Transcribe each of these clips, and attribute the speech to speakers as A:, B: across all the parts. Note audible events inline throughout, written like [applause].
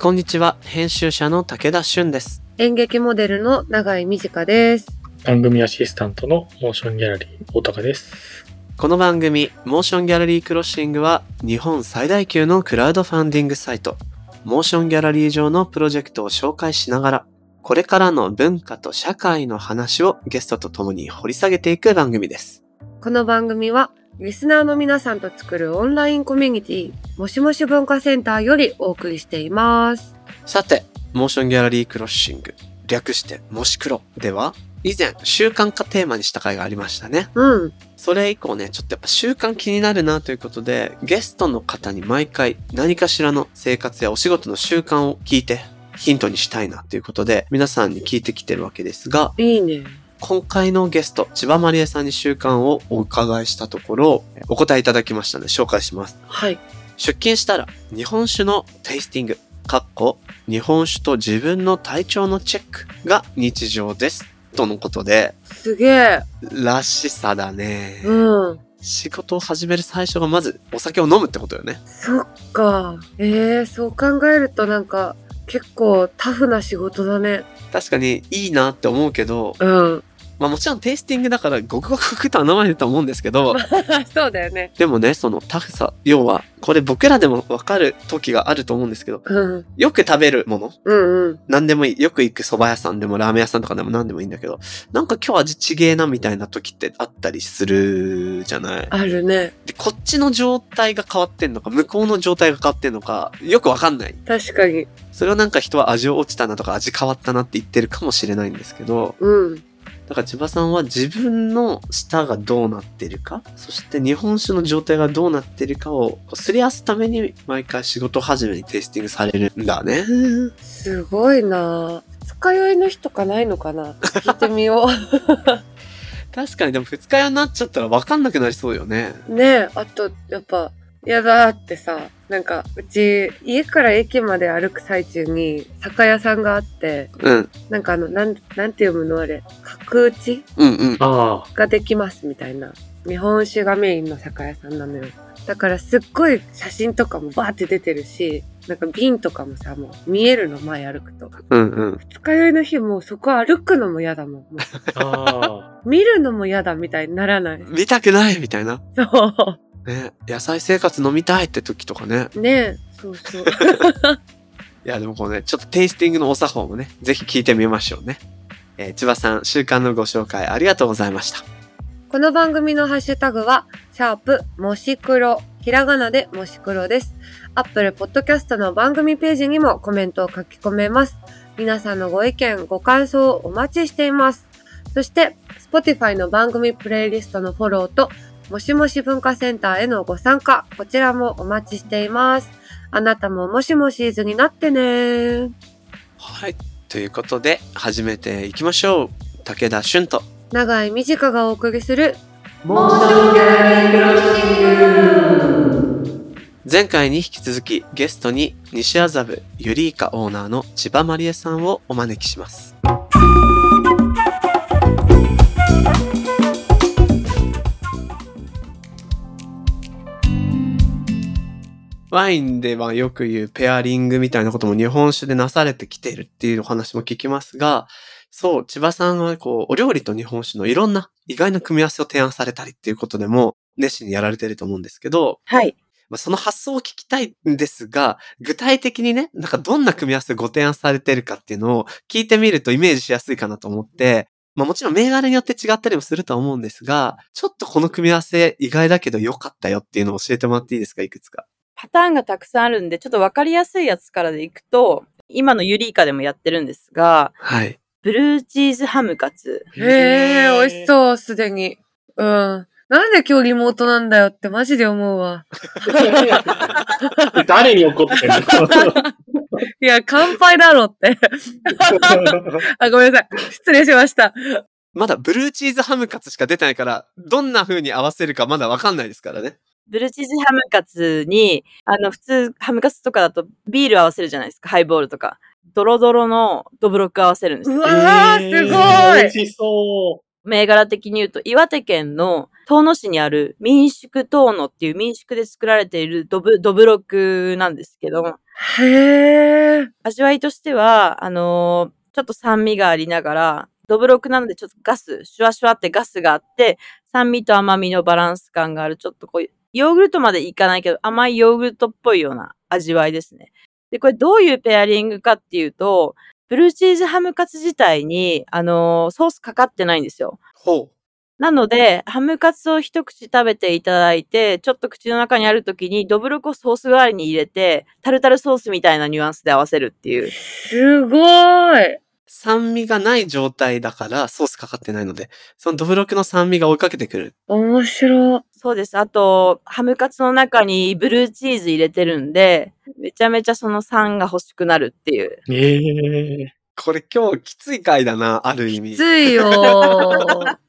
A: こんにちは、編集者の武田俊です。
B: 演劇モデルの永井美智香です。
C: 番組アシスタントのモーションギャラリー大高です。
A: この番組、モーションギャラリークロッシングは、日本最大級のクラウドファンディングサイト、モーションギャラリー上のプロジェクトを紹介しながら、これからの文化と社会の話をゲストと共に掘り下げていく番組です。
B: この番組は、リスナーの皆さんと作るオンラインコミュニティ、もしもし文化センターよりお送りしています。
A: さて、モーションギャラリークロッシング、略して、もし黒では、以前、習慣化テーマにした回がありましたね。
B: うん。
A: それ以降ね、ちょっとやっぱ習慣気になるなということで、ゲストの方に毎回何かしらの生活やお仕事の習慣を聞いてヒントにしたいなということで、皆さんに聞いてきてるわけですが、
B: いいね。
A: 今回のゲスト、千葉まりえさんに習慣をお伺いしたところ、お答えいただきましたので紹介します。
B: はい。
A: 出勤したら日本酒のテイスティング、かっこ日本酒と自分の体調のチェックが日常です。とのことで、
B: すげえ。
A: らしさだね。
B: うん。
A: 仕事を始める最初がまずお酒を飲むってことよね。
B: そっか。ええそう考えるとなんか、結構タフな仕事だね。
A: 確かにいいなって思うけど、
B: うん。 [laughs]
A: まあもちろんテイスティングだからゴクゴクゴクとは飲まれると思うんですけど、
B: そうだよね。
A: でもね、そのタフさ、要は、これ僕らでもわかる時があると思うんですけど、
B: うん。
A: よく食べるもの、
B: うんうん。
A: 何でもいい。よく行く蕎麦屋さんでもラーメン屋さんとかでも何でもいいんだけど、なんか今日味ちげえなみたいな時ってあったりするじゃない
B: あるね。
A: で、こっちの状態が変わってんのか、向こうの状態が変わってんのか、よくわかんない。
B: 確かに。
A: それをなんか人は味を落ちたなとか味変わったなって言ってるかもしれないんですけど、
B: うん。
A: だから千葉さんは自分の舌がどうなってるか、そして日本酒の状態がどうなってるかをすり合わすために毎回仕事始めにテイスティングされるんだね。
B: すごいな [laughs] 二日酔いの日とかないのかな聞いてみよ
A: 確かにでも二日酔いになっちゃったらわかんなくなりそうよね。
B: う。ねえ、あと、やっぱ、やだーってさ、なんか、うち、家から駅まで歩く最中に、酒屋さんがあって、
A: うん。
B: なんかあの、なん、なんて読むのあれ、角打ち
A: うんうん。
C: あ
B: ができますみたいな。日本酒がメインの酒屋さんなのよ。だからすっごい写真とかもバーって出てるし、なんか瓶とかもさ、もう見えるの前歩くと。
A: うんうん。
B: 二日酔いの日もうそこ歩くのも嫌だもん。もう
C: あ、ああ、
B: 見るのも嫌だみたいにならない。
A: 見たくないみたいな。
B: そ
A: ね。野菜生活飲みたいって時とかね。
B: う。ねえ、そうそう。
A: いやでもこうね、ちょっとテイスティングのお作法もね、ぜひ聞いてみましょうね。えー千葉さん、週間のご紹介ありがとうございました。
B: この番組のハッシュタグは、シャープ、もし黒、ひらがなでもし黒です。アップルポッドキャストの番組ページにもコメントを書き込めます。皆さんのご意見、ご感想をお待ちしています。そして、Spotify の番組プレイリストのフォローと、もしもし文化センターへのご参加、こちらもお待ちしています。あなたももしもしーずになってねー。
A: はい。ということで、始めていきましょう。武田俊と。
B: 長井美智香がお送りする、
A: 前回に引き続き、ゲストに西麻布ユリイカオーナーの千葉まりえさんをお招きします。ワインではよく言うペアリングみたいなことも日本酒でなされてきているっていうお話も聞きますが、そう、千葉さんはこう、お料理と日本酒のいろんな意外な組み合わせを提案されたりっていうことでも熱心にやられてると思うんですけど、
B: はい。
A: まあ、その発想を聞きたいんですが、具体的にね、なんかどんな組み合わせをご提案されてるかっていうのを聞いてみるとイメージしやすいかなと思って、まあもちろん銘柄によって違ったりもするとは思うんですが、ちょっとこの組み合わせ意外だけど良かったよっていうのを教えてもらっていいですか、いくつか。
D: パターンがたくさんあるんで、ちょっとわかりやすいやつからでいくと、今のユリイカでもやってるんですが、
A: はい。
D: ブルーチーズハムカツ。
B: へえ、美味しそう、すでに。うん。なんで今日リモートなんだよってマジで思うわ。
C: [laughs] 誰に怒
B: [laughs]
C: ってんの
B: いや、乾杯だろって。 [laughs] あ、ごめんなさい。失礼しました。
A: まだブルーチーズハムカツしか出てないから、どんな風に合わせるかまだわかんないですからね。
D: ブルーチーズハムカツに、あの、普通、ハムカツとかだとビール合わせるじゃないですか、ハイボールとか。ドロドロのドブロック合わせるんです
B: う
D: よ。
B: わ
C: え
B: ー、
C: ー
B: すご
C: 美
B: い。
C: 味しそ
D: 銘柄的に言うと、岩手県の遠野市にある民宿遠野っていう民宿で作られているドブ、ドブロクなんですけど、
B: へー。
D: 味わいとしては、あのーちょっと酸味がありながら、ドブロクなのでちょっとガス、シュワシュワってガスがあって、酸味と甘みのバランス感がある、ちょっとこう、ヨーグルトまでいかないけど、甘いヨーグルトっぽいような味わいですね。で、これどういうペアリングかっていうと、ブルーチーズハムカツ自体に、あのーソースかかってないんですよ。
A: ほ
D: なので、ハムカツを一口食べていただいて、ちょっと口の中にあるときに、ドブロクをソース代わりに入れて、タルタルソースみたいなニュアンスで合わせるっていう。
B: すごーい。
A: う。酸味がない状態だからソースかかってないので、そのドブロクの酸味が追いかけてくる。
B: 面白。
D: そうです。あと、ハムカツの中にブルーチーズ入れてるんで、めちゃめちゃその酸が欲しくなるっていう。
C: ええ
A: これ今日きつい回だな、ある意味
B: き。ついよー。
A: [laughs]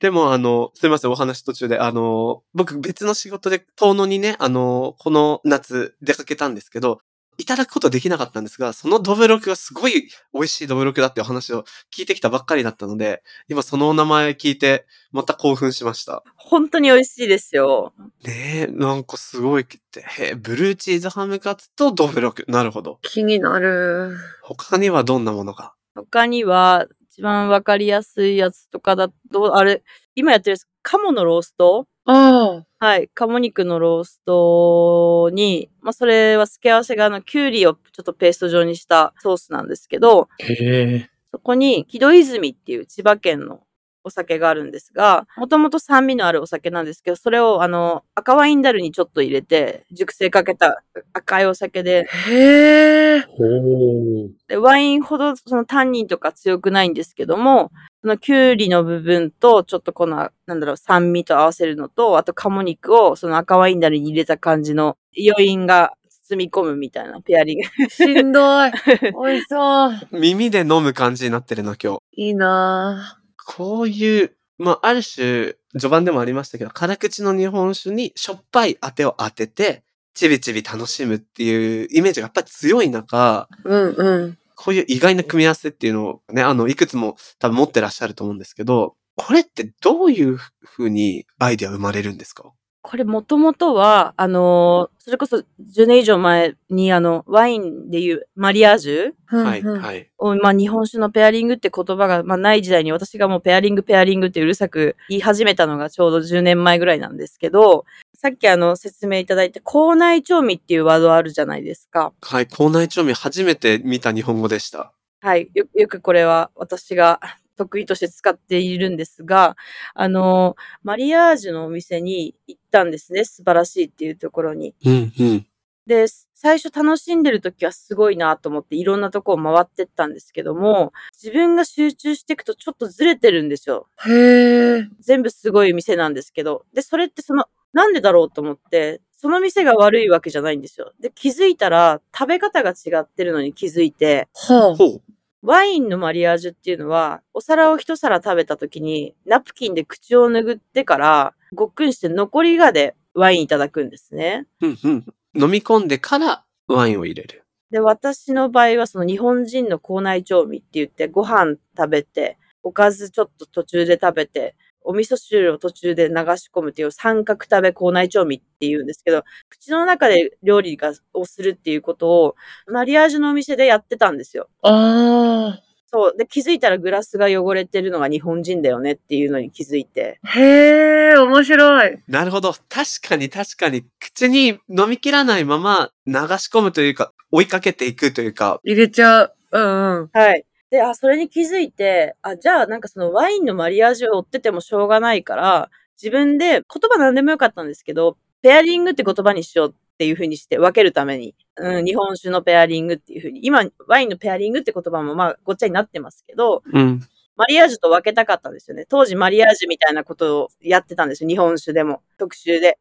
A: でもあの、すいません、お話途中で、あの、僕別の仕事で遠野にね、あの、この夏出かけたんですけど、いただくことできなかったんですが、そのドブロクがすごい美味しいドブロクだってお話を聞いてきたばっかりだったので、今そのお名前聞いて、また興奮しました。
D: 本当に美味しいですよ。
A: ねえ、なんかすごいって。へえ、ブルーチーズハムカツとドブロク。なるほど。
B: 気になる。
A: 他にはどんなものが
D: 他には、一番わかりやすいやつとかだと、あれ、今やってるやつ、鴨のロースト
B: ああ。
D: はい。鴨肉のローストに、まあ、それは付け合わせが、あの、きゅうりをちょっとペースト状にしたソースなんですけど、
C: ええ
D: そこに、木戸泉っていう千葉県のお酒があるんですが、もともと酸味のあるお酒なんですけど、それを、あの、赤ワインダルにちょっと入れて、熟成かけた赤いお酒で、
B: へえ。
C: おお。
D: でワインほどそのタンニンとか強くないんですけども、そのキュウリの部分と、ちょっとこの、なんだろう、酸味と合わせるのと、あと鴨肉をその赤ワインダルに入れた感じの余韻が包み込むみたいなペアリング。
B: しん
A: [laughs]
B: どい。美味しそう。
A: 耳で飲む感じになってるな、今日。
B: いいな
A: こういう、まあ、ある種、序盤でもありましたけど、辛口の日本酒にしょっぱい当てを当てて、ちびちび楽しむっていうイメージがやっぱり強い中、
B: ぁ。うんうん。
A: こういう意外な組み合わせっていうのをね、あの、いくつも多分持ってらっしゃると思うんですけど、これってどういうふうにアイデア生まれるんですか
D: これもともとは、あのーそれこそ10年以上前に、あの、ワインでいうマリアージュ
A: はい、
B: うんうん
A: はい。
D: をまあ、日本酒のペアリングって言葉が、まあ、ない時代に私がもうペアリングペアリングってうるさく言い始めたのがちょうど10年前ぐらいなんですけど、さっきあの説明いただいた口内調味っていうワードあるじゃないですか。
A: はい、校内調味初めて見た日本語でした。
D: はい。よよくこれは私が得意として使っているんですが、あの、マリアージュのお店に行ったんですね。素晴らしいっていうところに。
A: うん、うん。
D: で、最初楽しんでる時はすごいなと思っていろんなとこを回ってったんですけども、自分が集中していくとちょっとずれてるんですよ。
B: へえ。
D: 全部すごい店なんですけど。で、それってその、なんでだろうと思って、その店が悪いわけじゃないんですよ。で、気づいたら食べ方が違ってるのに気づいて、
B: は
A: ほう。
D: ワインのマリアージュっていうのは、お皿を一皿食べた時に、ナプキンで口を拭ってから、ごっくんして残りがでワインいただくんですね。
A: うん、うん。飲み込んでからワインを入れる。
D: で、私の場合はその日本人の口内調味って言って、ご飯食べて、おかずちょっと途中で食べて、お味噌汁を途中で流し込むっていう三角食べ口内調味っていうんですけど、口の中で料理がをするっていうことを、マリアージュのお店でやってたんですよ。
B: あ。あ
D: そう。で、気づいたらグラスが汚れてるのが日本人だよねっていうのに気づいて。
B: あ。へえ、面白い。
A: なるほど。確かに確かに、口に飲み切らないまま流し込むというか、追いかけていくというか、
B: 入れちゃう。うんうん。
D: はい。で、あ、それに気づいて、あ、じゃあなんかそのワインのマリアージュを追っててもしょうがないから、自分で言葉何でもよかったんですけど、ペアリングって言葉にしようっていう風にして分けるために、うん、日本酒のペアリングっていう風に、今、ワインのペアリングって言葉もまあごっちゃになってますけど、
A: うん。
D: マリアージュと分けたかったんですよね。当時マリアージュみたいなことをやってたんですよ。日本酒でも、特集で。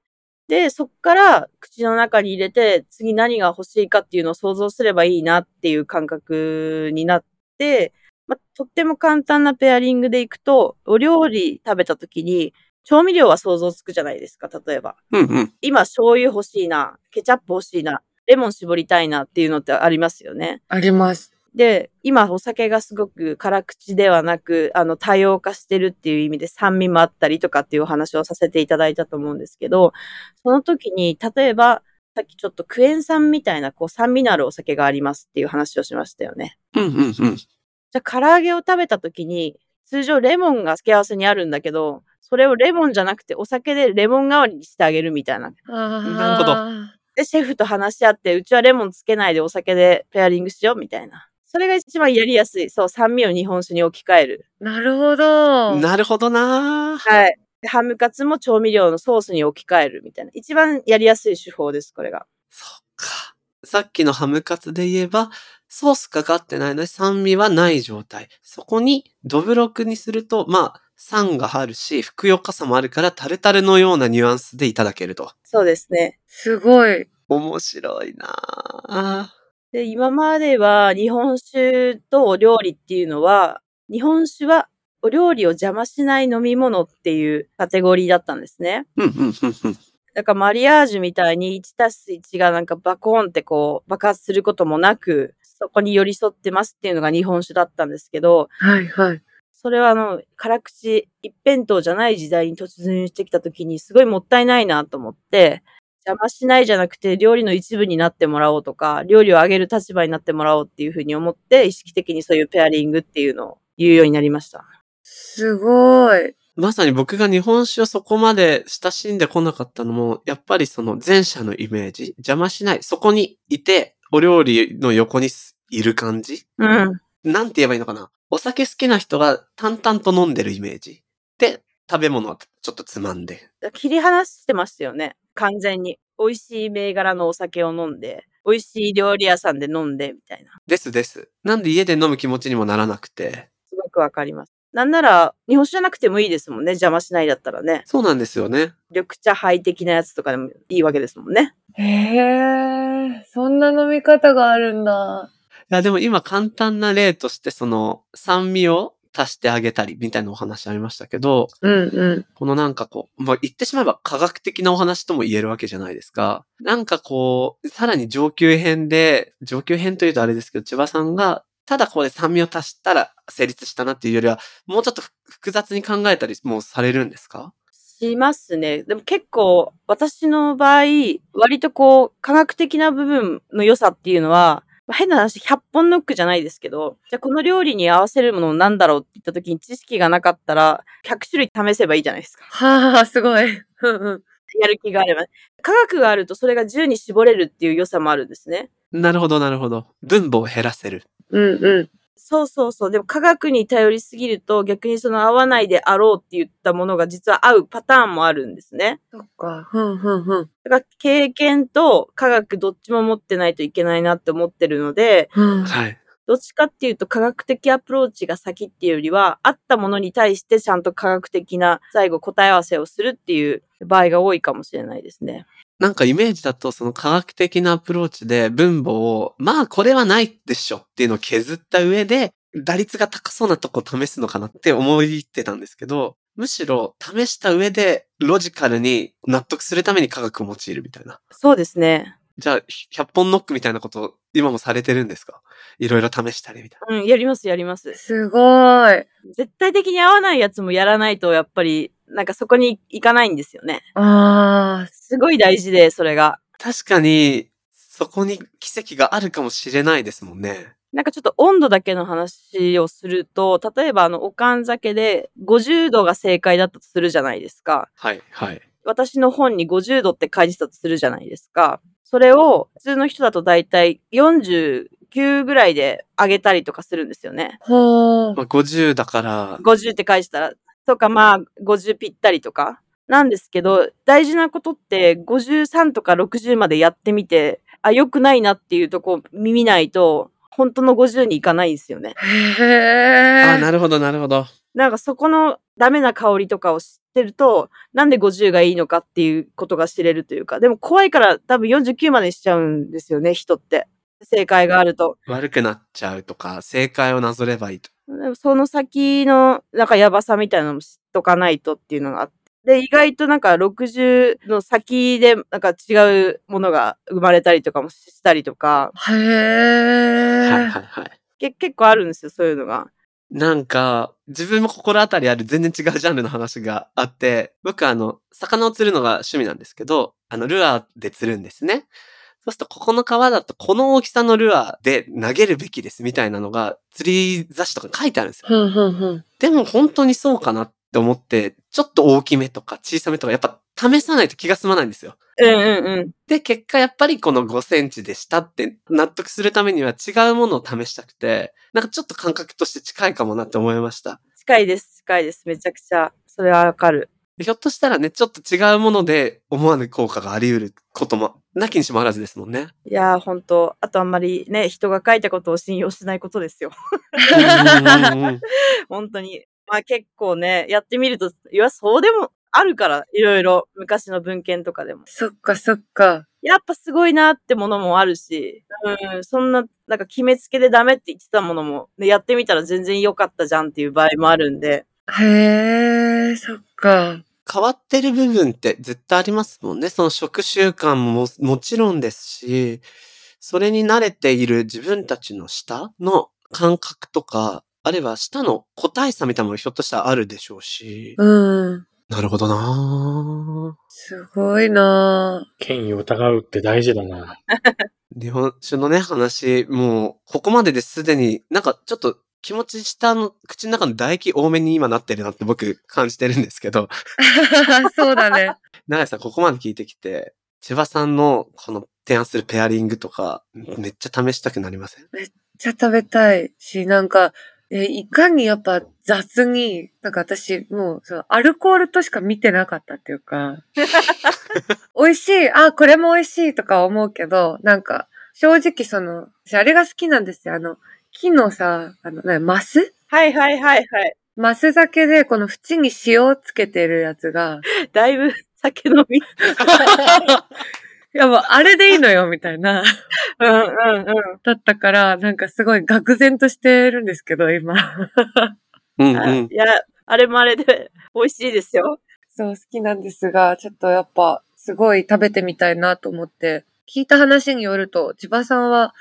D: で、そっから口の中に入れて、次何が欲しいかっていうのを想像すればいいなっていう感覚になって、まあ、とっても簡単なペアリングでいくと、お料理食べた時に、調味料は想像つくじゃないですか、例えば。
A: うんうん。
D: 今、醤油欲しいな、ケチャップ欲しいな、レモン絞りたいなっていうのってありますよね。
B: あります。
D: で、今お酒がすごく辛口ではなく、あの、多様化してるっていう意味で酸味もあったりとかっていうお話をさせていただいたと思うんですけど、その時に、例えば、さっきちょっとクエン酸みたいな、こう、酸味のあるお酒がありますっていう話をしましたよね。
A: うんうんうん。
D: じゃあ、唐揚げを食べた時に、通常レモンが付け合わせにあるんだけど、それをレモンじゃなくてお酒でレモン代わりにしてあげるみたいな。
A: なるほ
D: で、シェフと話し合って、うちはレモンつけないでお酒でペアリングしようみたいな。それが一番やりやすい。そう、酸味を日本酒に置き換える。
B: なるほど。
A: なるほどなー
D: はい。でハムカツも調味料のソースに置き換えるみたいな。一番やりやすい手法です、これが。
A: そっか。さっきのハムカツで言えば、ソースかかってないので酸味はない状態。そこにドブロクにすると、まあ、酸があるし、ふくよかさもあるから、タルタルのようなニュアンスでいただけると。
D: そうですね。
B: すごい。
A: 面白いな
D: で、今までは日本酒とお料理っていうのは、日本酒はお料理を邪魔しない飲み物っていうカテゴリーだったんですね。
A: うんうんうんうん。
D: だからマリアージュみたいに1たす1がなんかバコーンってこう爆発することもなく、そこに寄り添ってますっていうのが日本酒だったんですけど、
B: はいはい。
D: それはあの、辛口一辺倒じゃない時代に突入してきた時にすごいもったいないなと思って、邪魔しないじゃなくて料理の一部になってもらおうとか、料理をあげる立場になってもらおうっていうふうに思って、意識的にそういうペアリングっていうのを言うようになりました。
B: すごい。
A: まさに僕が日本酒をそこまで親しんでこなかったのも、やっぱりその前者のイメージ、邪魔しない。そこにいて、お料理の横にいる感じ
D: うん。
A: なんて言えばいいのかなお酒好きな人が淡々と飲んでるイメージ。で、食べ物はちょっとつまんで。
D: 切り離してましたよね。完全に。美味しい銘柄のお酒を飲んで、美味しい料理屋さんで飲んで、みたいな。
A: ですです。なんで家で飲む気持ちにもならなくて。
D: すごくわかります。なんなら、日本酒じゃなくてもいいですもんね。邪魔しないだったらね。
A: そうなんですよね。
D: 緑茶杯的なやつとかでもいいわけですもんね。
B: へえ、そんな飲み方があるんだ。
A: いや、でも今簡単な例として、その酸味を足してあげたりみたいなお話ありましたけど、
B: うんうん。
A: このなんかこう、まあ、言ってしまえば科学的なお話とも言えるわけじゃないですか。なんかこう、さらに上級編で、上級編というとあれですけど、千葉さんが、ただここで酸味を足したら成立したなっていうよりは、もうちょっとふ複雑に考えたりもされるんですか
D: しますね。でも結構、私の場合、割とこう、科学的な部分の良さっていうのは、まあ変な話、100本ノックじゃないですけど、じゃあこの料理に合わせるものなんだろうって言った時に知識がなかったら、100種類試せばいいじゃないですか。
B: はあ、すごい。うんうん
D: やる気があれば。科学があるとそれが10に絞れるっていう良さもあるんですね。
A: なるほど、なるほど。分母を減らせる。
B: うんうん。
D: そうそうそう。でも科学に頼りすぎると逆にその合わないであろうって言ったものが実は合うパターンもあるんですね。
B: そっか。うんうんうん。
D: だから経験と科学どっちも持ってないといけないなって思ってるので、
B: うん
A: はい。
D: どっちかっていうと科学的アプローチが先っていうよりは、あったものに対してちゃんと科学的な最後答え合わせをするっていう場合が多いかもしれないですね。
A: なんかイメージだと、その科学的なアプローチで分母を、まあこれはないでしょっていうのを削った上で、打率が高そうなとこ試すのかなって思いってたんですけど、むしろ試した上でロジカルに納得するために科学を用いるみたいな。
D: そうですね。
A: じゃあ、100本ノックみたいなことを今もされてるんですかいろいろ試したりみたいな。
D: うん、やります、やります。
B: すごい。
D: 絶対的に合わないやつもやらないと、やっぱり、なんかそこに行かないんですよね。
B: ああ、
D: すごい大事で、それが。
A: 確かに、そこに奇跡があるかもしれないですもんね。
D: なんかちょっと温度だけの話をすると、例えばあの、おかん酒で50度が正解だったとするじゃないですか。
A: はい、はい。
D: 私の本に50度って書いてたとするじゃないですか。それを普通の人だとだいたい49ぐらいで上げたりとかするんですよね。
B: ほう。
A: まあ、50だから、
D: 50って返したら、とかまあ50ぴったりとか。なんですけど、大事なことって53とか60までやってみて、あ、良くないなっていうとこ見ないと、本当の50にいかないんですよね。
B: へ
A: あ
B: え。
A: あ、なるほど、なるほど。
D: なんかそこのダメな香りとかを知ってると、なんで50がいいのかっていうことが知れるというか、でも怖いから多分49までしちゃうんですよね、人って。正解があると。
A: 悪くなっちゃうとか、正解をなぞればいいと。
D: でもその先の、なんかやばさみたいなのも知っとかないとっていうのがあって。で、意外となんか60の先で、なんか違うものが生まれたりとかもしたりとか、
B: へえ。
A: はいはいはい。
D: け結構あるんですよ、そういうのが。
A: なんか、自分も心当たりある全然違うジャンルの話があって、僕あの、魚を釣るのが趣味なんですけど、あの、ルアーで釣るんですね。そうすると、ここの川だとこの大きさのルアーで投げるべきですみたいなのが、釣り雑誌とか書いてあるんですよ。
B: ふんふんふん。
A: でも本当にそうかなって思って、ちょっと大きめとか小さめとか、やっぱ試さないと気が済まないんですよ。
D: うんうんうん。
A: で、結果やっぱりこの5センチでしたって納得するためには違うものを試したくて、なんかちょっと感覚として近いかもなって思いました。
D: 近いです、近いです。めちゃくちゃ。それはわかる。
A: ひょっとしたらね、ちょっと違うもので思わぬ効果があり得ることも、なきにしもあらずですもんね。
D: いやー、本当あとあんまりね、人が書いたことを信用しないことですよ。 [laughs]
A: うんうんうん
D: 本当に。まあ結構ね、やってみると、いや、そうでもあるから、いろいろ、昔の文献とかでも。
B: そっかそっか。
D: やっぱすごいなってものもあるし、うん、そんな、なんか決めつけでダメって言ってたものも、ねやってみたら全然良かったじゃんっていう場合もあるんで、
B: へえ、そっか。
A: [laughs] 変わってる部分って絶対ありますもんね。その食習慣ももちろんですし、それに慣れている自分たちの舌の感覚とか、あるいは舌の個体差みたいなのもひょっとしたらあるでしょうし。
B: うん。
A: なるほどなぁ
B: すごいな [laughs] ぁ
C: 権威を疑うって大事だな。
A: 日本酒のね、話、もう、ここまでですでに、なんかちょっと気持ち下の、口の中の唾液多めに今なってるなって僕感じてるんですけど、 [laughs]
B: そうだね。
A: 長井さん、ここまで聞いてきて、千葉さんのこの提案するペアリングとか、めっちゃ試したくなりません
B: めっちゃ食べたいし、なんか、えいかにやっぱ雑に、なんか私、もう、そのアルコールとしか見てなかったっていうか、美味しい、あ、これも美味しいとか思うけど、なんか、正直その、私あれが好きなんですよ。あの、木のさ、あの、ね、マス
D: はいはいはいはい。
B: マス酒で、この縁に塩をつけてるやつが、
D: だいぶ酒飲
A: [laughs]
D: み。
B: [laughs] いやもう、あれでいいのよ、みたいな、
D: うんうんうん。
B: だったから、なんかすごい愕然としてるんですけど、今。
A: うん
D: あ
A: うん
D: い。や、あれもあれで美味しいですよ。
B: そう、好きなんですが、ちょっとやっぱ、すごい食べてみたいなと思って、聞いた話によると、千葉さんは、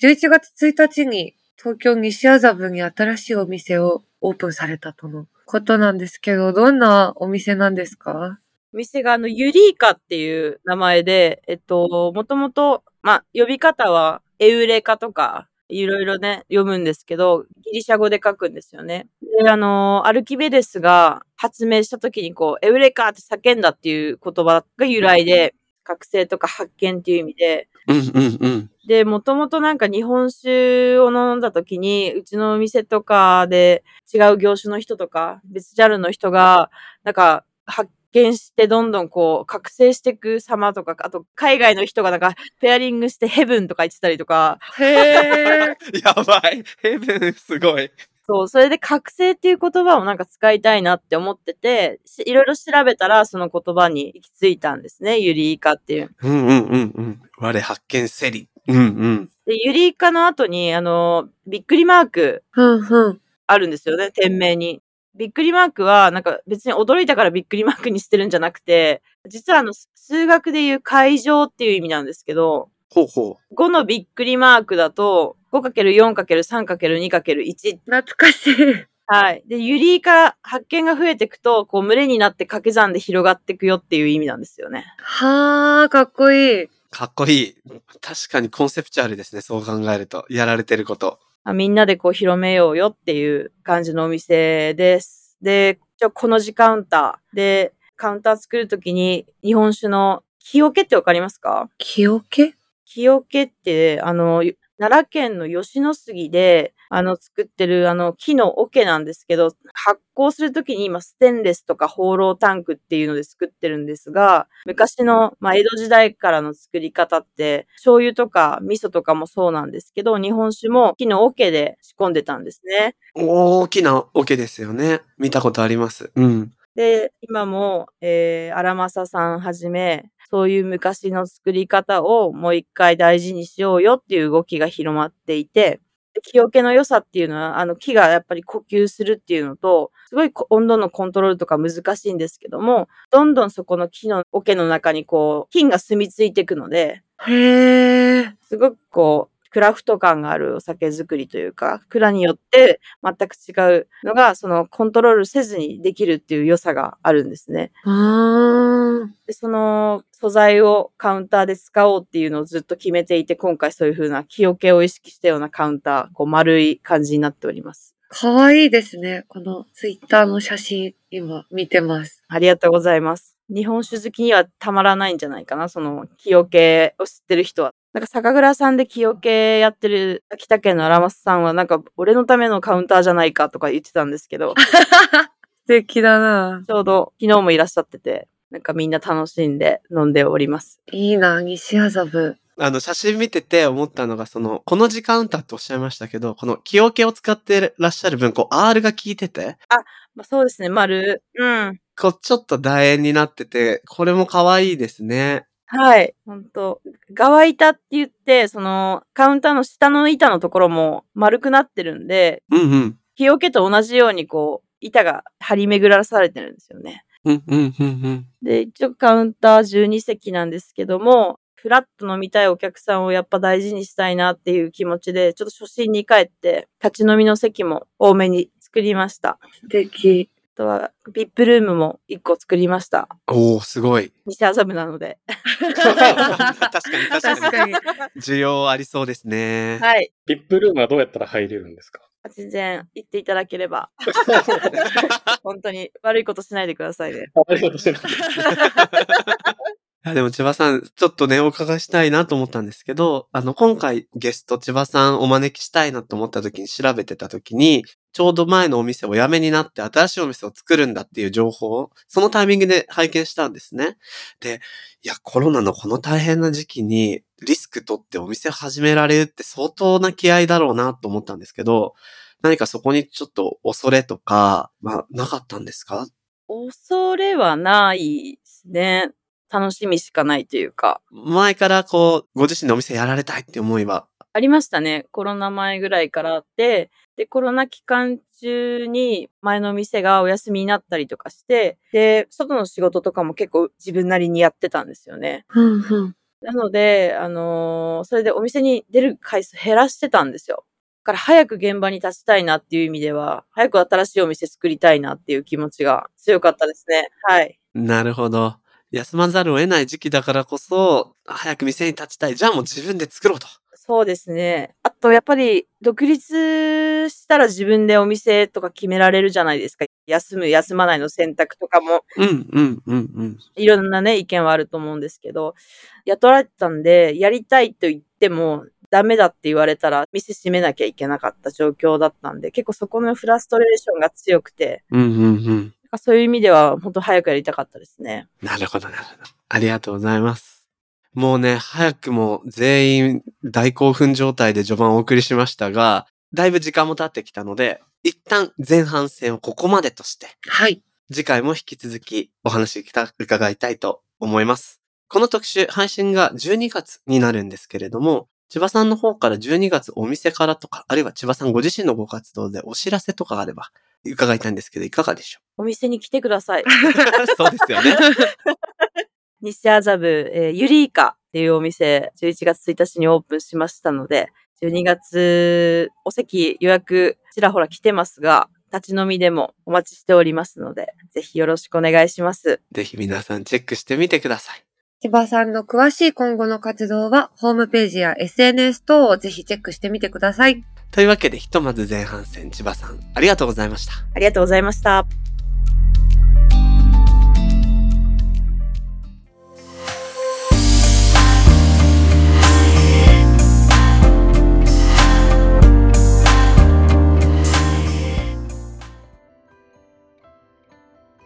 B: 11月1日に、東京西麻布に新しいお店をオープンされたとのことなんですけど、どんなお店なんですか
D: お店があの、ユリーカっていう名前で、えっと、もともと、まあ、呼び方はエウレカとか、いろいろね、読むんですけど、ギリシャ語で書くんですよね。で、あの、アルキベデスが発明した時にこう、エウレカって叫んだっていう言葉が由来で、覚醒とか発見っていう意味で、
A: うんうんうん。
D: で、もともとなんか日本酒を飲んだ時に、うちのお店とかで違う業種の人とか、別ジャンルの人が、なんか発見してどんどんこう、覚醒していく様とか、あと海外の人がなんかペアリングしてヘブンとか言ってたりとか、
B: へー。
A: [laughs] やばい。ヘブン、すごい。
D: そう、それで覚醒っていう言葉をなんか使いたいなって思ってて、しいろいろ調べたらその言葉に行き着いたんですね、ユリイカっていう。
A: うんうんうんうん。我発見セリ。うんうん。
D: で、ユリイカの後に、あの、びっくりマーク
B: [laughs] うんうん。
D: あるんですよね、店名に。びっくりマークは、なんか別に驚いたからびっくりマークにしてるんじゃなくて、実はあの、数学でいう会場っていう意味なんですけど、
A: ほうほ
D: 5のびっくりマークだと、5×4×3×2×1。
B: 懐かしい。
D: はい。で、ユリイカ発見が増えていくと、こう群れになって掛け算で広がっていくよっていう意味なんですよね。
B: はー、かっこいい。
A: う。かっこいい。確かにコンセプチュアルですね。そう考えると。やられてること。
D: あみんなでこう広めようよっていう感じのお店です。で、一応この字カウンターで、カウンター作るときに日本酒の木桶ってわかりますか
B: 木桶
D: 木桶って、あの、奈良県の吉野杉で、あの、作ってるあの木の桶なんですけど、発酵するときに今ステンレスとか放浪タンクっていうので作ってるんですが、昔の、まあ、江戸時代からの作り方って、醤油とか味噌とかもそうなんですけど、日本酒も木の桶で仕込んでたんですね。
A: 大きなオケですよね。見たことあります。うん。
D: で、今も、えー、荒政さんはじめ、そういう昔の作り方をもう一回大事にしようよっていう動きが広まっていて、で木桶の良さっていうのは、あの木がやっぱり呼吸するっていうのと、すごいこ温度のコントロールとか難しいんですけども、どんどんそこの木の桶の中にこう、菌が住み着いていくので、
B: へー。
D: すごくこう、クラフト感があるお酒作りというか、蔵によって全く違うのが、そのコントロールせずにできるっていう良さがあるんですね。
B: あー
D: でその素材をカウンターで使おうっていうのをずっと決めていて、今回そういう風な木桶を意識したようなカウンター、こう丸い感じになっております。
B: かわいいですね。このツイッターの写真、今見てます。
D: ありがとうございます。日本酒好きにはたまらないんじゃないかな、その、木桶を知ってる人は。なんか酒蔵さんで木桶やってる秋田県の荒松さんは、なんか俺のためのカウンターじゃないかとか言ってたんですけど、
B: 素敵だな。
D: ちょうど昨日もいらっしゃってて、なんかみんな楽しんで飲んでおります。
B: いいな、西麻布。
A: あの、写真見てて思ったのが、その、この時間歌っておっしゃいましたけど、この、木桶を使ってらっしゃる分、こう、R が効いてて、
D: まあ、そうですね、丸。うん。
A: こう、ちょっと楕円になってて、これも可愛いですね。
D: はい、本当側板って言って、その、カウンターの下の板のところも丸くなってるんで、
A: うんうん。
D: 日よけと同じようにこう、板が張り巡らされてるんですよね。
A: うんうんうんうん。
D: で、一応カウンター12席なんですけども、フラッと飲みたいお客さんをやっぱ大事にしたいなっていう気持ちで、ちょっと初心に帰って、立ち飲みの席も多めに作りました。あ
B: 素敵。
D: とは、ビップルームも1個作りました。
A: おおす [laughs] ごい。
D: 西麻布なので。
A: 確かに確かに。
B: に。
A: 需要ありそうですね。
D: はい。
C: ビップルームはどうやったら入れるんです [laughs] か
D: 全然行っていただければ、本当に悪いことしないでくださいね。
C: ありがとうございます。
A: いやでも千葉さん、ちょっとね、お伺いしたいなと思ったんですけど、あの、今回ゲスト千葉さんお招きしたいなと思った時に調べてた時に、ちょうど前のお店を辞めになって新しいお店を作るんだっていう情報を、そのタイミングで拝見したんですね。で、いや、コロナのこの大変な時期にリスク取ってお店始められるって相当な気合だろうなと思ったんですけど、何かそこにちょっと恐れとか、まあ、なかったんですか
D: 恐れはないですね。楽しみしかないというか。
A: 前からこう、ご自身のお店やられたいって思いは
D: ありましたね。コロナ前ぐらいからあって、で、コロナ期間中に前の店がお休みになったりとかして、で、外の仕事とかも結構自分なりにやってたんですよね。
B: うんうん。
D: なので、あのーそれでお店に出る回数減らしてたんですよ。だから早く現場に立ちたいなっていう意味では、早く新しいお店作りたいなっていう気持ちが強かったですね。はい。
A: なるほど。休まざるを得ない時期だからこそ、早く店に立ちたい。じゃあもう自分で作ろうと。
D: そうですね。あと、やっぱり、独立したら自分でお店とか決められるじゃないですか。休む、休まないの選択とかも、
A: うん、うん、うん、うん。
D: いろんなね、意見はあると思うんですけど、雇われてたんで、やりたいと言っても、ダメだって言われたら、店閉めなきゃいけなかった状況だったんで、結構そこのフラストレーションが強くて、
A: うん、うん、うん。
D: なんかそういう意味では、本当早くやりたかったですね。
A: なるほど、なるほど。ありがとうございます。もうね、早くも全員大興奮状態で序盤をお送りしましたが、だいぶ時間も経ってきたので、一旦前半戦をここまでとして、
B: はい。
A: 次回も引き続きお話きた伺いたいと思います。この特集、配信が12月になるんですけれども、千葉さんの方から12月お店からとか、あるいは千葉さんご自身のご活動でお知らせとかがあれば伺いたいんですけど、いかがでしょ
D: お店に来てください。
A: う [laughs] そうですよね。
D: 西麻布、えーユリイカっていうお店、11月1日にオープンしましたので、12月、お席予約ちらほら来てますが、立ち飲みでもお待ちしておりますので、ぜひよろしくお願いします。
A: [laughs] ぜひ皆さんチェックしてみてください。
B: 千葉さんの詳しい今後の活動は、ホームページや SNS 等をぜひチェックしてみてください。
A: というわけで、ひとまず前半戦、千葉さん、ありがとうございました。
D: ありがとうございました。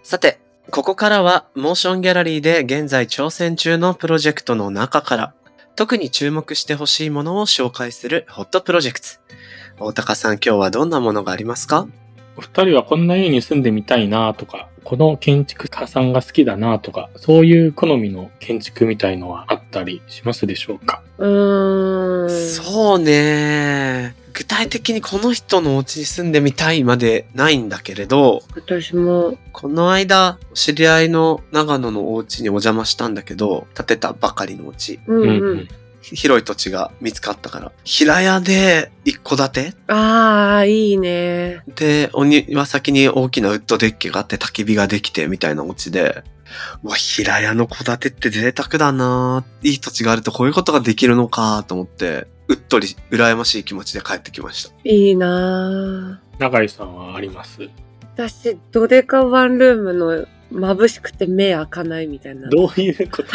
A: さて、ここからはモーションギャラリーで現在挑戦中のプロジェクトの中から、特に注目してほしいものを紹介するホットプロジェクト。大高さん、今日はどんなものがありますか
C: お二人はこんな家に住んでみたいなとか、この建築家さんが好きだなとか、そういう好みの建築みたいのはあったりしますでしょうか
B: うーん。
A: そうね具体的にこの人のお家に住んでみたいまでないんだけれど、
B: 私も、
A: この間、知り合いの長野のお家にお邪魔したんだけど、建てたばかりのお家。
B: うんうん。
C: うん
A: 広い土地が見つかったから。平屋で一戸建て
B: ああ、いいね。
A: で、お庭先に大きなウッドデッキがあって焚き火ができてみたいなお家で、うわ、平屋の戸建てって贅沢だなぁいい土地があるとこういうことができるのかぁと思って、うっとり羨ましい気持ちで帰ってきました。
B: いいなあ
C: 永井さんはあります
B: 私、ドデカワンルームの眩しくて目開かないみたいな。
C: どういうこと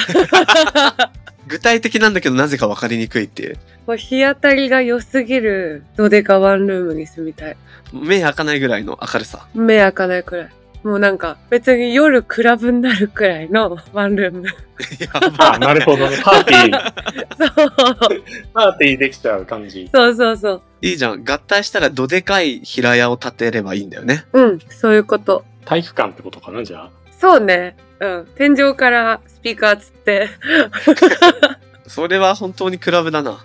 A: 具体的なんだけどなぜかわかりにくいっていう。
B: もう日当たりが良すぎるドデカワンルームに住みたい。
A: 目開かないぐらいの明るさ。
B: 目開かないくらい。もうなんか別に夜クラブになるくらいのワンルーム。
A: [laughs]
B: [laughs]
A: や
C: [laughs] あ、なるほどね。パーティー、
B: そう。
C: [laughs] パーティーできちゃう感じ。
B: そうそうそう。
A: [laughs] いいじゃん。合体したらどでかい平屋を建てればいいんだよね。
B: うん、そういうこと。
C: 体育館ってことかな、じゃあ。
B: そうね。うん。天井からスピーカーつって。
A: それは本当にクラブだな。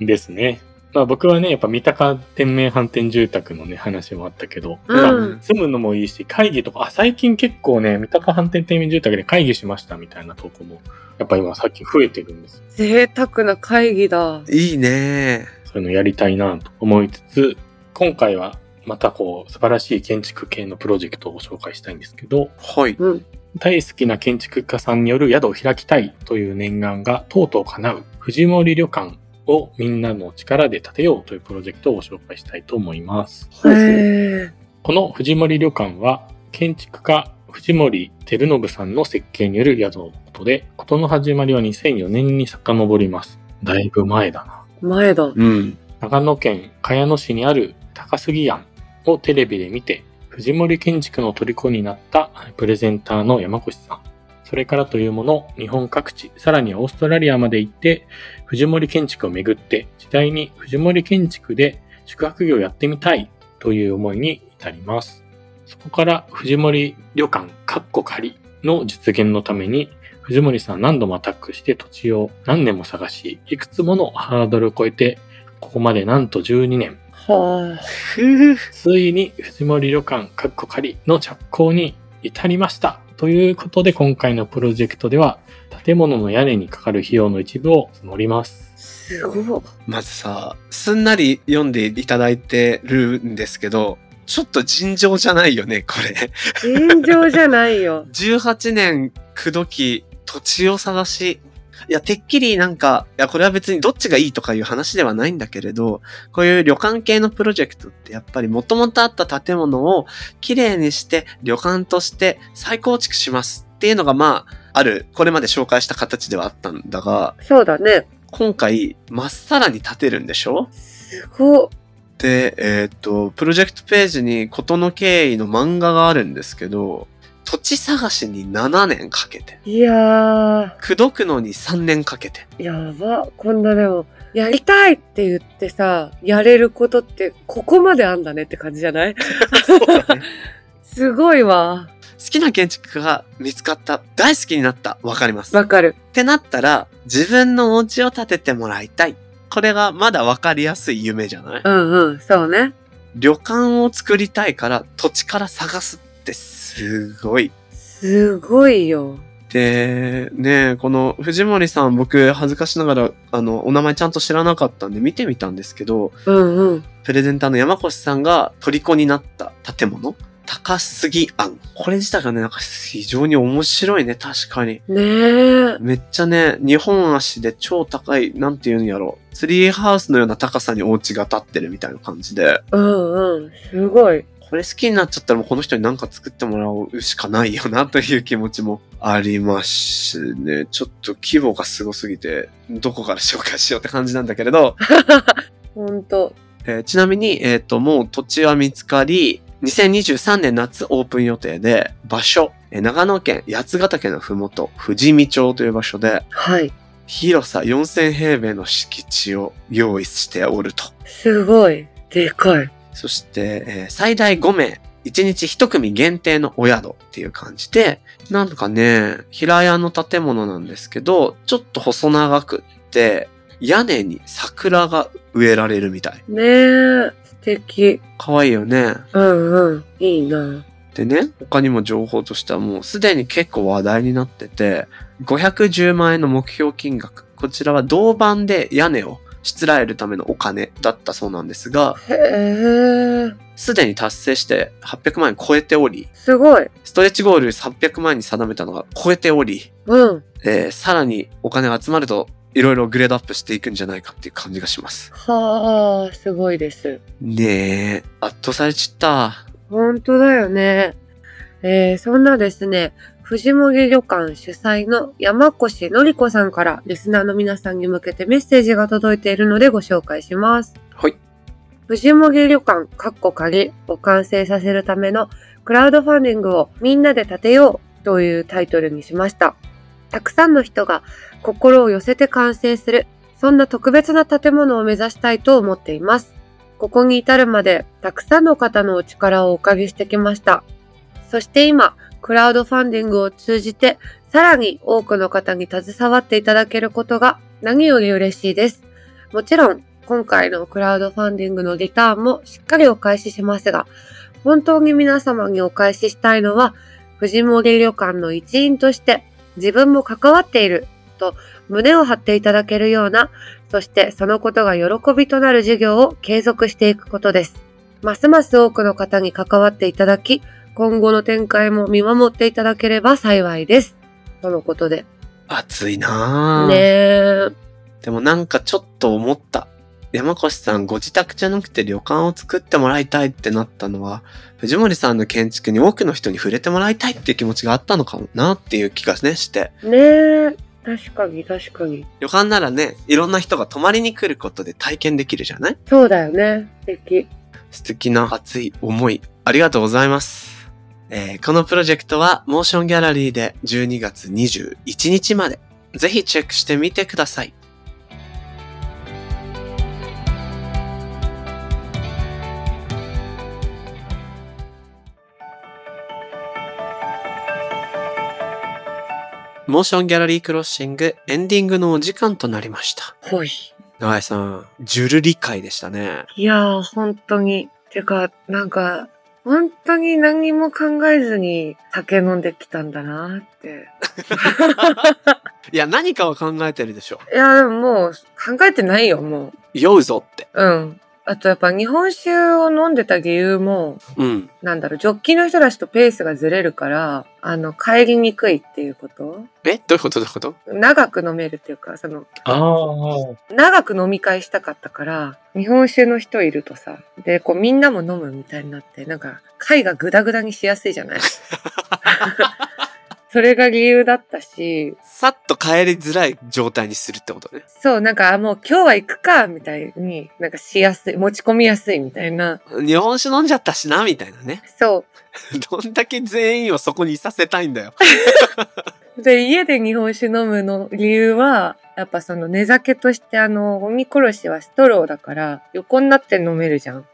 C: ですね。まあ僕はね、やっぱ三鷹天明反転住宅のね、話もあったけど、
B: うん
C: まあ住むのもいいし、会議とか、あ、最近結構ね、三鷹反転天明住宅で会議しましたみたいな投稿も、やっぱ今さっき増えてるんです。
B: 贅沢な会議だ。
A: いいね
C: そういうのやりたいなと思いつつ、今回はまたこう、素晴らしい建築系のプロジェクトをご紹介したいんですけど、
A: はい。
B: うん。
C: 大好きな建築家さんによる宿を開きたいという念願がとうとう叶う藤森旅館をみんなの力で建てようというプロジェクトをご紹介したいと思います。
B: へえ。
C: この藤森旅館は建築家藤森照信さんの設計による宿のことで、事の始まりは2004年に遡ります。だいぶ前だな。
B: 前だ。
A: うん。
C: 長野県茅野市にある高杉庵をテレビで見て藤森建築の虜になったプレゼンターの山越さんそれからというもの日本各地さらにオーストラリアまで行って藤森建築を巡って次第に藤森建築で宿泊業をやってみたいという思いに至りますそこから藤森旅館かっこ仮の実現のために藤森さん何度もアタックして土地を何年も探しいくつものハードルを超えてここまでなんと12年。
B: はあ。
A: ふぅ。
C: ついに藤森旅館かっこ仮の着工に至りました。ということで今回のプロジェクトでは建物の屋根にかかる費用の一部を募ります。
B: すごい。
A: まずさ、すんなり読んでいただいてるんですけど、ちょっと尋常じゃないよね、これ。
B: 尋常じゃないよ。
A: 18年、くどき、土地を探し。いや、てっきりなんか、いや、これは別にどっちがいいとかいう話ではないんだけれど、こういう旅館系のプロジェクトってやっぱり元々あった建物を綺麗にして旅館として再構築しますっていうのがまあ、ある、これまで紹介した形ではあったんだが、
B: そうだね。
A: 今回、まっさらに建てるんでしょ
B: すごっ。
A: で、えーっと、プロジェクトページに事の経緯の漫画があるんですけど、土地探しに7年かけて、
B: いや
A: 口説くのに3年かけて。
B: ー、やば。こんなでも、やりたいって言ってさ、やれることって、ここまであんだねって感じじゃない [laughs] すごいわ。
A: 好きな建築が見つかった、大好きになった、わかります。っ
B: わかる。
A: てなったら、自分のお家を建ててもらいたい。これがまだわかりやすい夢じゃない
B: うんうん、そうね。
A: 旅館を作りたいから土地から探すってすごい
B: すごいよ。
A: で、ねえこの藤森さん、僕、恥ずかしながら、あの、お名前ちゃんと知らなかったんで見てみたんですけど、
B: うんうん。
A: プレゼンターの山越さんが虜になった建物高杉庵。これ自体がね、なんか非常に面白いね、確かに。
B: ねえ。
A: めっちゃね、日本足で超高い、なんていうんやろ。ツリーハウスのような高さにお家が建ってるみたいな感じで。
B: うんうん。すごい。
A: これ好きになっちゃったらもうこの人に何か作ってもらうしかないよなという気持ちもありますね。ちょっと規模がすごすぎて、どこから紹介しようって感じなんだけれど、
B: ほんと。
A: えーちなみに、えっ、と、もう土地は見つかり、2023年夏オープン予定で、場所、えー長野県八ヶ岳のふもと、富士見町という場所で、
B: はい。
A: 広さ4000平米の敷地を用意しておると。
B: すごい。でかい。
A: そして、えー最大5名、1日1組限定のお宿っていう感じで、なんかね、平屋の建物なんですけど、ちょっと細長くって、屋根に桜が植えられるみたい。
B: ねえ。素敵。
A: 可愛いよね。
B: うんうん。いいな。
A: でね、他にも情報としてはもうすでに結構話題になってて、510万円の目標金額。こちらは銅板で屋根をしつらえるためのお金だったそうなんですが、
B: へえ。
A: すでに達成して800万円超えており、
B: すごい。
A: ストレッチゴール300万円に定めたのが超えており、
B: うん。
A: えーさらにお金が集まると、いろいろグレードアップしていくんじゃないかっていう感じがします。
B: はあ、すごいです。
A: ねえ、圧倒されちった。
B: 本当だよね。えー、そんなですね、藤森旅館主催の山越のりこさんからリスナーの皆さんに向けてメッセージが届いているのでご紹介します。
A: はい。
B: 藤森旅館かっこ仮を完成させるためのクラウドファンディングをみんなで立てようというタイトルにしました。たくさんの人が心を寄せて完成する、そんな特別な建物を目指したいと思っています。ここに至るまでたくさんの方のお力をお借りしてきました。そして今、クラウドファンディングを通じて、さらに多くの方に携わっていただけることが何より嬉しいです。もちろん、今回のクラウドファンディングのリターンもしっかりお返ししますが、本当に皆様にお返ししたいのは、藤森旅館の一員として自分も関わっていると胸を張っていただけるようなそしてそのことが喜びとなる授業を継続していくことです。ますます多くの方に関わっていただき、今後の展開も見守っていただければ幸いです。とのことで。
A: 熱いなあ
B: ねえ。
A: でもなんかちょっと思った。山越さんご自宅じゃなくて旅館を作ってもらいたいってなったのは、藤森さんの建築に多くの人に触れてもらいたいっていう気持ちがあったのかもなっていう気がね、して。
B: ねえ。確かに確かに。
A: 旅館ならね、いろんな人が泊まりに来ることで体験できるじゃない
B: そうだよね。素敵。
A: 素敵な熱い思い、ありがとうございます。えーこのプロジェクトは、モーションギャラリーで12月21日まで、ぜひチェックしてみてください。モーションギャラリークロッシングエンディングのお時間となりました。
B: ほい。
A: 長井さん、ジュル理解でしたね。
B: いやー、本当に。てか、なんか、本当に何も考えずに酒飲んできたんだなって。
A: いや、何かは考えてるでしょ。
B: いや、でももう考えてないよ、もう。
A: 酔うぞって。
B: うん。あとやっぱ日本酒を飲んでた理由も、
A: うん。
B: なんだろう、ジョッキの人たちとペースがずれるから、あの、帰りにくいっていうこと
A: えどういうことどういうこと
B: 長く飲めるっていうか、その、
C: ああ、
B: 長く飲み会したかったから、日本酒の人いるとさ、で、こうみんなも飲むみたいになって、なんか、会がグダグダにしやすいじゃないそれが理由だったし、
A: さっと帰りづらい状態にするってことね。
B: そう、なんか、あもう今日は行くか、みたいに、なんかしやすい、持ち込みやすいみたいな。
A: 日本酒飲んじゃったしな、みたいなね。 [laughs]
B: そう、
A: どんだけ全員をそこにいさせたいんだよ。 [laughs]
B: で、家で日本酒飲むの理由は、やっぱその寝酒としてあの、ゴミ殺しはストローだから、横になって飲めるじゃん。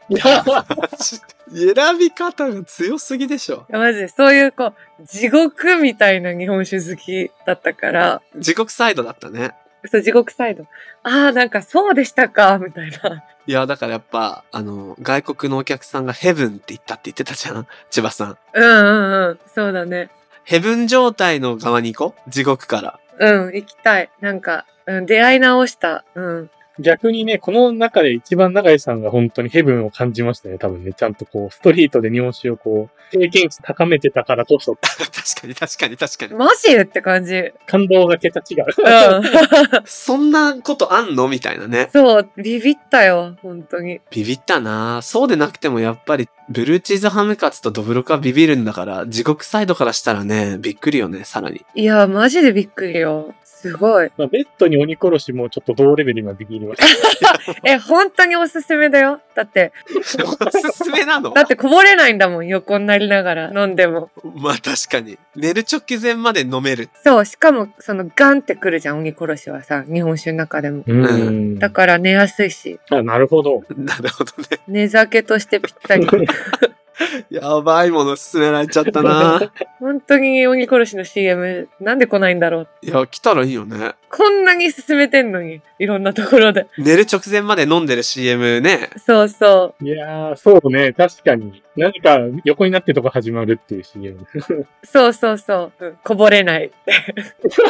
A: 選び方が強すぎでしょ。
B: マジで、そういうこう、地獄みたいな日本酒好きだったから、
A: 地獄サイドだったね。
B: そう、地獄サイド。ああ、なんかそうでしたか、みたいな。
A: いや、だからやっぱ、あの、外国のお客さんがヘブンって言ったって言ってたじゃん千葉さん。
B: うんうんうん、そうだね。
A: ヘブン状態の側に行こう。地獄から。 [laughs]
B: うん、行きたい。なんか、うん、出会い直した。うん。
C: [laughs] 逆にね、この中で一番永井さんが本当にヘブンを感じましたね、多分ね。ちゃんとこう、ストリートで日本酒をこう、経験値高めてたからこそ、
A: 確かに確かに確かに。 [laughs]
B: マジって感じ。
C: [laughs]
B: うん。
C: 感動が桁違う。 [laughs]
D: Oh.
A: そんなことあんのみたいなね。
B: そう、ビビったよ、本当に。
A: ビビったなぁそうでなくてもやっぱり、ブルーチーズハムカツとドブロクはビビるんだから、地獄サイドからしたらね、びっくりよね、さらに。
B: いや、マジでびっくりよ。すごい。
C: まあ、ベッドに鬼殺しもちょっと同レベルにはビビりました。
B: え、本当におすすめだよ。だって、
A: [laughs] おすすめなの
B: だってこぼれないんだもん、横になりながら飲んでも。
A: まあ確かに。寝る直前まで飲める。
B: そう、しかも、そのガンってくるじゃん、鬼殺しはさ、日本酒の中でも。
C: うん
B: だから寝やすいし、
C: あなるほど。
A: なるほどね。
B: 寝酒としてぴ
C: [laughs]
B: ったり。
A: やばいもの勧められちゃったなぁ [laughs]
B: 本当に鬼殺しの CM、なんで来ないんだろう。
A: いや、来たらいいよね。
B: こんなに進めてんのに、いろんなところで。
A: 寝る直前まで飲んでる CM [laughs] ね。
B: そうそ
C: いやー、そうね、確かに。何か横になってとこ始まるっていう CM。
B: う、そうそうそう、うんこぼれない。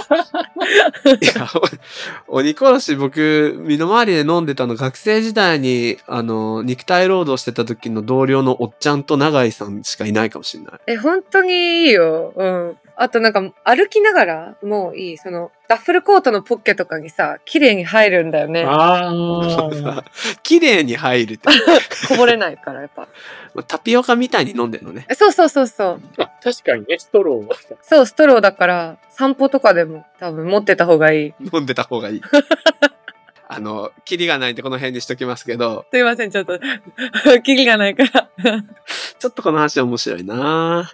A: いや、お鬼殺し僕、身の回りで飲んでたの、学生時代に、あの、肉体労働してた時の同僚のおっちゃんと永井さんしかいないかもしれない。
B: え、本当にいいよ。うん。あとなんか、歩きながら、もういい、その、ダッフルコートのポッケとかにさ、綺麗に入るんだよね。
A: [laughs]
C: あー。
A: 綺麗に入るって。
B: こぼれないから、やっぱ。
A: まあタピオカみたいに飲んでるのね。 [laughs]
B: えそうそうそうそう。
C: あ確かにね、ストローは。
B: そう、ストローだから、散歩とかでも多分持ってた方がいい。
A: 飲んでた方がいい。 [laughs] あの、キリがないんでこの辺にしときますけど、
B: すいません、ちょっと、 [laughs] キリがないから。
A: ちょっとこの話面白いな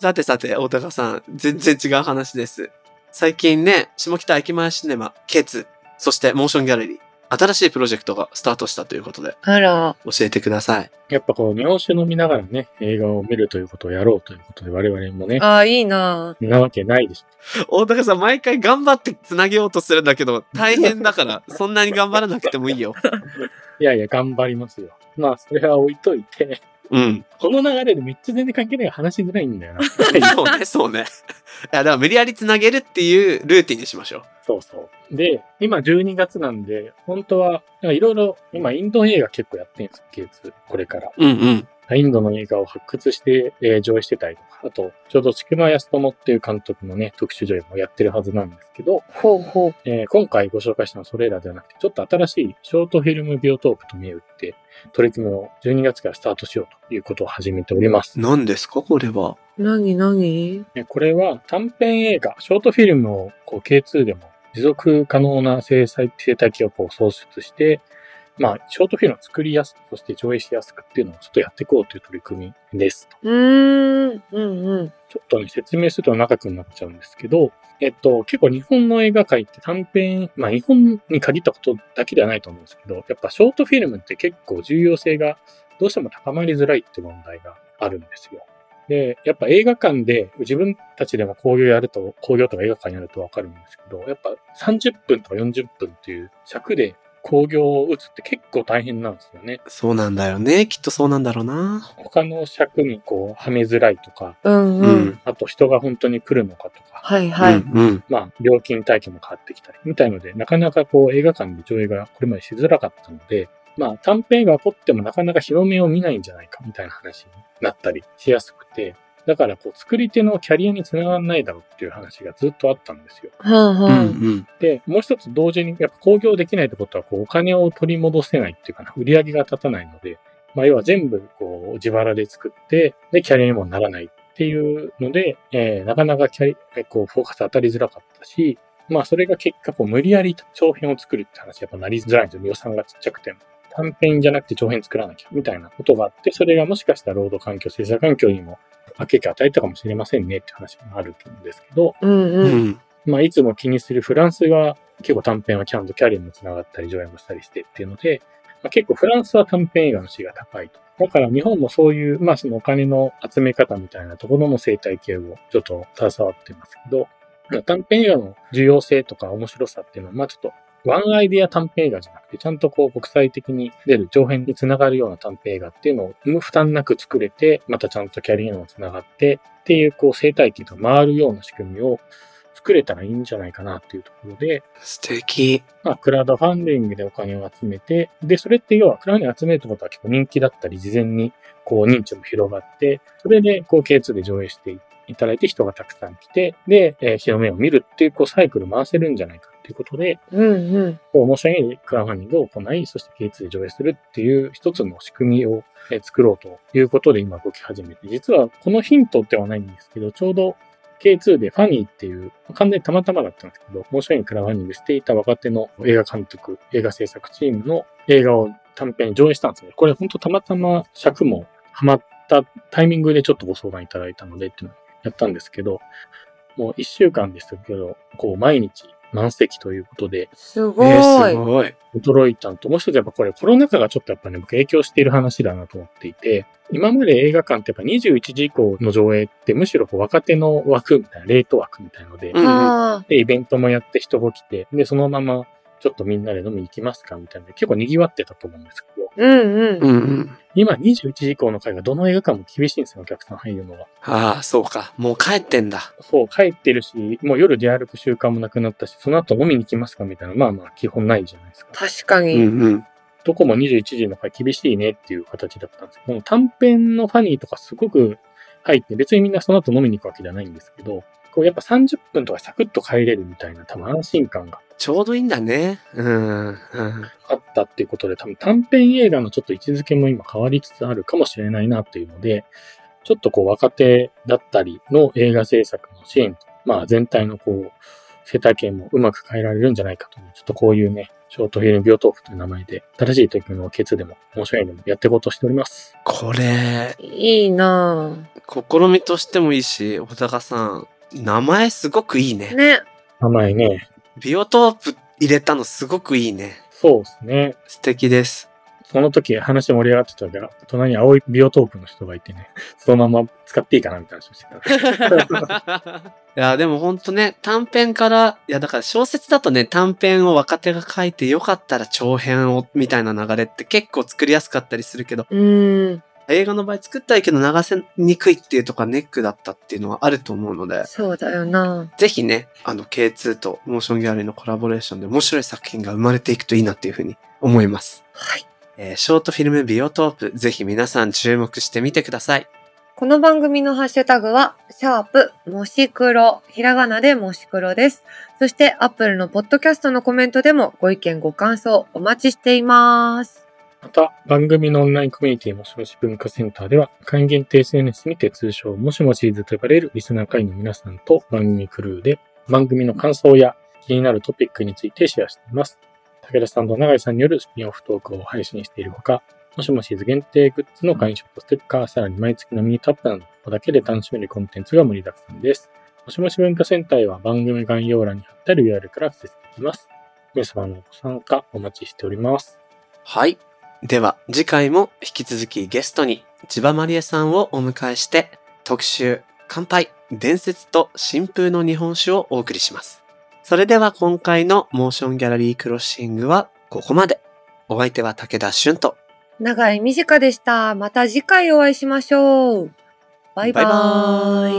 A: さてさて、大高さん、全然違う話です。最近ね、下北駅前シネマ、ケツ、そしてモーションギャラリー、新しいプロジェクトがスタートしたということで、
B: あら、
A: 教えてください。
C: やっぱこう、日本酒飲みながらね、映画を見るということをやろうということで、我々もね、
B: ああ、いいな
C: そんなわけないでしょ。
A: 大高さん、毎回頑張ってつなげようとするんだけど、大変だから、そんなに頑張らなくてもいいよ。
C: いやいや、頑張りますよ。まあ、それは置いといて、
A: うん。
C: この流れでめっちゃ全然関係ない話しづらいんだよな。
A: [laughs] そうね、そうね。いや、だから無理やりつなげるっていうルーティンにしましょう。
C: そうそう。で、今12月なんで、本当は、いろいろ、今インド映画結構やってんすケースこれから。
A: うんうん。
C: インドの映画を発掘して、えー上映してたりとか、あと、ちょうど千曲康友っていう監督のね、特集上映もやってるはずなんですけど、
B: ほうほう。
C: えー今回ご紹介したのはそれらではなくて、ちょっと新しいショートフィルムビオトープと銘打って、取り組みを12月からスタートしようということを始めております。
A: 何ですかこれは。
B: なになに
C: えこれは短編映画、ショートフィルムをこう K2 でも持続可能な生態生態系をこう創出して、まあ、ショートフィルムを作りやすく、そして上映しやすくっていうのをちょっとやっていこうという取り組みです。
B: うーん、うんうん。
C: ちょっとね、説明すると長くなっちゃうんですけど、えっと、結構日本の映画界って短編、まあ日本に限ったことだけではないと思うんですけど、やっぱショートフィルムって結構重要性がどうしても高まりづらいって問題があるんですよ。で、やっぱ映画館で自分たちでも興行やると、興行とか映画館やるとわかるんですけど、やっぱ30分とか40分っていう尺で興行を打つって結構大変なんですよね。
A: そうなんだよね。きっとそうなんだろうな。
C: 他の尺にこうはめづらいとか、
B: うん
A: う
B: うん。
A: ん。
C: あと人が本当に来るのかとか、
B: はいはい。
A: うんうん。
C: まあ、料金体系も変わってきたり、みたいので、なかなかこう映画館で上映がこれまでしづらかったので、まあ、短編映画を撮ってもなかなか広めを見ないんじゃないか、みたいな話になったりしやすくて、だからこう作り手のキャリアにつながらないだろうっていう話がずっとあったんですよ。
B: はん
A: う
B: は。
A: んうんん。
C: で、もう一つ同時に、やっぱ興行できないってことは、こう、お金を取り戻せないっていうかな、売り上げが立たないので、まあ、要は全部、こう、自腹で作って、で、キャリアにもならないっていうので、えーなかなかキャリ、えーこう、フォーカス当たりづらかったし、まあ、それが結果、こう、無理やり長編を作るって話、やっぱなりづらいんですよ。予算がちっちゃくても。短編じゃなくて長編作らなきゃ、みたいなことがあって、それがもしかしたら労働環境、制作環境にも、悪影響を与えたかもしれませんねって話もあるんですけど、
B: うん
A: う
B: うん。
A: ん。
C: まあ、いつも気にするフランスが結構短編はちゃんとキャリアにもつながったり上映もしたりしてっていうので、まあ、結構フランスは短編映画の地位が高いと。だから日本もそういう、まあそのお金の集め方みたいなところの生態系をちょっと携わってますけど、まあ短編映画の重要性とか面白さっていうのは、まあちょっとワンアイデア短編映画じゃなくて、ちゃんとこう国際的に出る上辺につながるような短編映画っていうのを無負担なく作れて、またちゃんとキャリアにもつながってっていうこう生態系と回るような仕組みを作れたらいいんじゃないかなっていうところで、
A: 素敵。
C: まあ、クラウドファンディングでお金を集めて、で、それって要はクラウドに集めるってことは結構人気だったり、事前にこう認知も広がって、それでこう K2 で上映していただいて人がたくさん来て、で、えー日の目を見るっていうこうサイクル回せるんじゃないかっていうことで、
B: うんうん。
C: こう面白いクラウドファンディングを行い、そして K2 で上映するっていう一つの仕組みをえー作ろうということで今動き始めて、実はこのヒントではないんですけど、ちょうど K2 でファニーっていう、完全にたまたまだったんですけど、面白いクラウドファンディングしていた若手の映画監督、映画制作チームの映画を短編に上映したんですね。これ本当たまたま尺もハマったタイミングでちょっとご相談いただいたのでっていうのをやったんですけど、もう一週間ですけど、こう毎日満席ということで、
B: すごい。
A: えー、すごい。
C: 驚いたのと、もう一つやっぱこれコロナ禍がちょっとやっぱね、僕影響している話だなと思っていて、今まで映画館ってやっぱ21時以降の上映ってむしろこう若手の枠みたいな、レート枠みたいので
A: う、ん
B: あ
C: で、イベントもやって人が来て、で、そのままちょっとみんなで飲みに行きますかみたいな、結構賑わってたと思うんですけど、
B: ーうんう。
A: うんんうん。
C: 今21時以降の会がどの映画館も厳しいんですよ、お客さん入るのは。
A: ああ、そうか。もう帰ってんだ。
C: そう、帰ってるし、もう夜出歩く習慣もなくなったし、その後飲みに行きますかみたいな、まあまあ基本ないじゃないですか。
B: 確か
A: う
B: に。
A: んうん。
C: どこも21時の回厳しいねっていう形だったんですけど、短編のファニーとかすごく入って、別にみんなその後飲みに行くわけじゃないんですけど、こうやっぱ30分とかサクッと帰れるみたいな多分安心感が
A: ちょうどいいんだね。うん。うん、
C: あったっていうことで、多分短編映画のちょっと位置づけも今変わりつつあるかもしれないなっていうので、ちょっとこう若手だったりの映画制作の支援、まあ全体のこう、世帯権もうまく変えられるんじゃないかという、ちょっとこういうね、ショートフィルムビオトープという名前で、新しい時のケツでも面白いのもやっていこうとしております。
A: これ、
B: いいな
A: 試みとしてもいいし、小高さん、名前すごくいい
B: ぁ。
A: ね。
B: ね。
C: 名前ね、
A: ビオトープ入れたのすごくいいね。
C: そうですね。
A: 素敵です。
C: その時話盛り上がってたから、隣に青いビオトープの人がいてね、そのまま使っていいかなみたいな話をしてた。 [laughs]
A: いや、でもほんとね、短編から、いや、だから小説だとね、短編を若手が書いてよかったら長編を、みたいな流れって結構作りやすかったりするけど、
B: うん。
A: 映画の場合作ったらいいけど流せにくいっていうとかネックだったっていうのはあると思うので、
B: そうだよな
A: ぜひね、あの K2 とモーションギャラリーのコラボレーションで面白い作品が生まれていくといいなっていうふうに思います。
B: はい。
A: えーショートフィルムビオトープ、ぜひ皆さん注目してみてください。
B: この番組のハッシュタグは、シャープ、もし黒、ひらがなでもし黒です。そして、アップルのポッドキャストのコメントでもご意見、ご感想お待ちしています。
C: また、番組のオンラインコミュニティもしもし文化センターでは、会員限定 SNS にて通称もしもしーずと呼ばれるリスナー会員の皆さんと番組クルーで、番組の感想や気になるトピックについてシェアしています。武田さんと永井さんによるスピンオフトークを配信しているほか、もしもしーず限定グッズの会員ショップステッカー、さらに毎月のミニタップなど、ここだけで楽しめるコンテンツが盛りだくさんです。もしもし文化センターへは番組概要欄に貼ってある URL からアクセスできます。皆様のご参加お待ちしております。
A: はい。では、次回も引き続きゲストに千葉まりえさんをお迎えして、特集、乾杯、伝説と新風の日本酒をお送りします。それでは今回のモーションギャラリークロッシングはここまで。お相手は武田俊と。
B: 長井美佳でした。また次回お会いしましょう。バイバ
A: バイバ
B: イ。